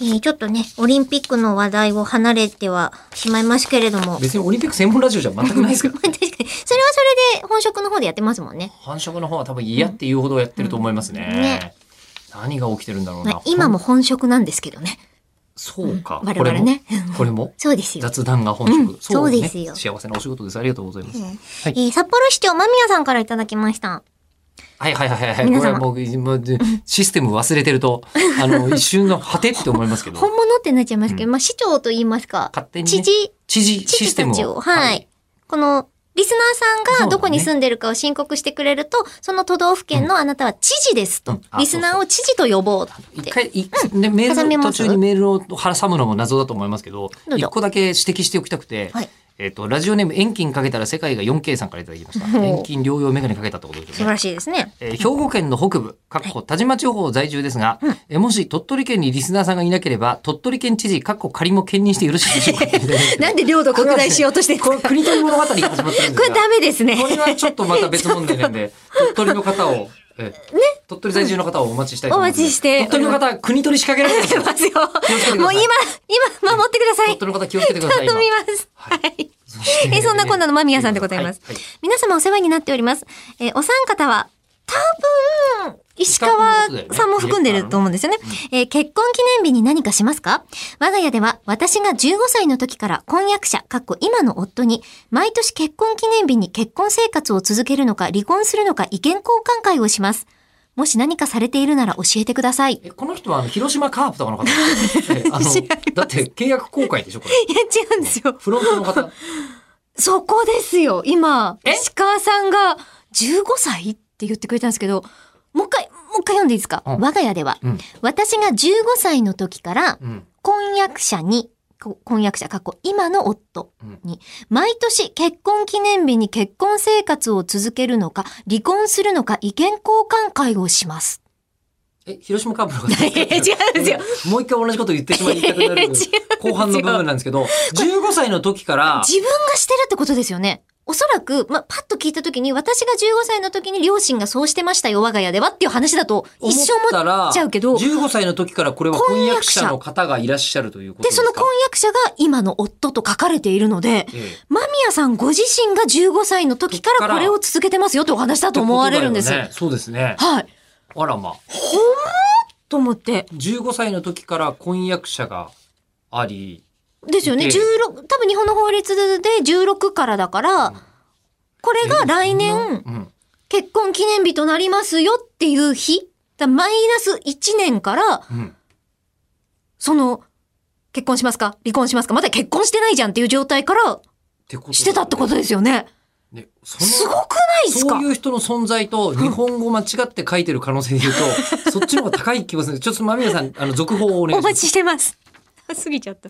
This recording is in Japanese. えーちょっとね、オリンピックの話題を離れてはしまいますけれども。別にオリンピック専門ラジオじゃ全くないですから。 確かに。それはそれで本職の方でやってますもんね。繁殖の方は多分嫌っていうほどやってると思いますね。うんね何が起きてるんだろうまな。あ、今も本職なんですけどね。そうか。我々ね。これも。これも そうですよ。雑談が本職、うんそうですよ幸せなお仕事です。ありがとうございます。えー札幌市長、間宮さんからいただきました。はいはいはいはい。皆様これは僕、今システム忘れて ると、あの、一瞬の果てって思いますけど本、物ってなっちゃいますけど、うんまあ市長と言いますか、勝手に、知ね、事、知事知シス事テたムちを。を、はい。。この、リスナーさんがどこに住んでるかを申告してくれると、その都道府県のあなたは知事ですうとんあ。リスナーを知事と呼ぼうっ一て。回、一ね、メ挟ーみル、ま途す中にメールを挟むのも謎だと思いますけど、どう一ぞ個だけ指摘しておきたくて、はいえっ、と、ラジオネーム、遠近かけたら世界が 4K さんからいただきました。ほう遠近療養メガネかけたってことで素す晴よね。らしいですね。えー兵庫県の北部、かっこ田島地方在住ですが、うんえーもし鳥取県にリスナーさんがいなければ、鳥取県知事、かっこ仮も兼任してよろしいで しょうか なんで領土拡大しようとしてるんですこかれ、国取物語が始まってるんですがこれダメですね。こ れはちょっとまた別問題なんで、鳥取の方を、え鳥取在住の方をお待ちしたいと思います。お待ちして鳥取の方、国取り仕掛けられ出てるんですよますよ。つけてくださいもう今、今、守ってください。鳥取の方気をつけてください。頼今みます。ははい。そしてえそんなこんなの間宮さんでございますははい皆様お世話になっております。えーお三方は、多分、石川さんも含んでると思うんですよね。えー結婚記念日に何かしますか我が家では、私が15歳の時から婚約者、かっこ今の夫に、毎年結婚記念日に結婚生活を続けるのか、離婚するのか、意見交換会をします。もし何かされているなら教えてください。いえこの人はあの広島カープとかの方で すかえあの違いまだって契約更改でしょこれや、違うんですよ。フロントの方そこですよ、今、え石川さんが15歳って言ってくれたんですけど、もう一回、もう一回読んでいいですか、うん我が家では、うん私が15歳の時から、うん婚約者に、こ婚約者、過去、今の夫に、毎年結婚記念日に結婚生活を続けるのか、離婚するのか、意見交換会をし ます。 え広島カープの方いや違うんですよすよもう一回同じこと言ってしまいたくな 違るうんですよ後半の部分なんですけど15歳の時から自分がしてるってことですよね。おそらく、まあ、パッと聞いた時に、私が15歳の時に両親がそうしてましたよ、我が家ではっていう話だと、思一生思っったらっちゃうけど15歳の時からこれは婚婚約約者者の方がいらっしゃるということで、ですそかの婚約者が今の夫と書かれているので、ええ間宮さんご自身が15歳の時か時かららこれを続けてますよってお話だと思われるんです。ってことだよねそうですねはい。あらまあと思って。 15歳の時から婚約者がありですよね。で16、多分日本の法律で16からだから、これが来年うん結婚記念日となりますよっていう日、だからマイナス1年から、うんその、結婚しますか離婚しますかまだ結婚してないじゃんっていう状態からてことだよねしてたってことですよね。ね、そのすごくないですかそういう人の存在 と日本語間違って書いてる可能性で言うと、そっちの方が高い気がするんです。ちょっと間宮さん、あの、続報をお願おいしま待す。 ちしてます。過ぎちゃった。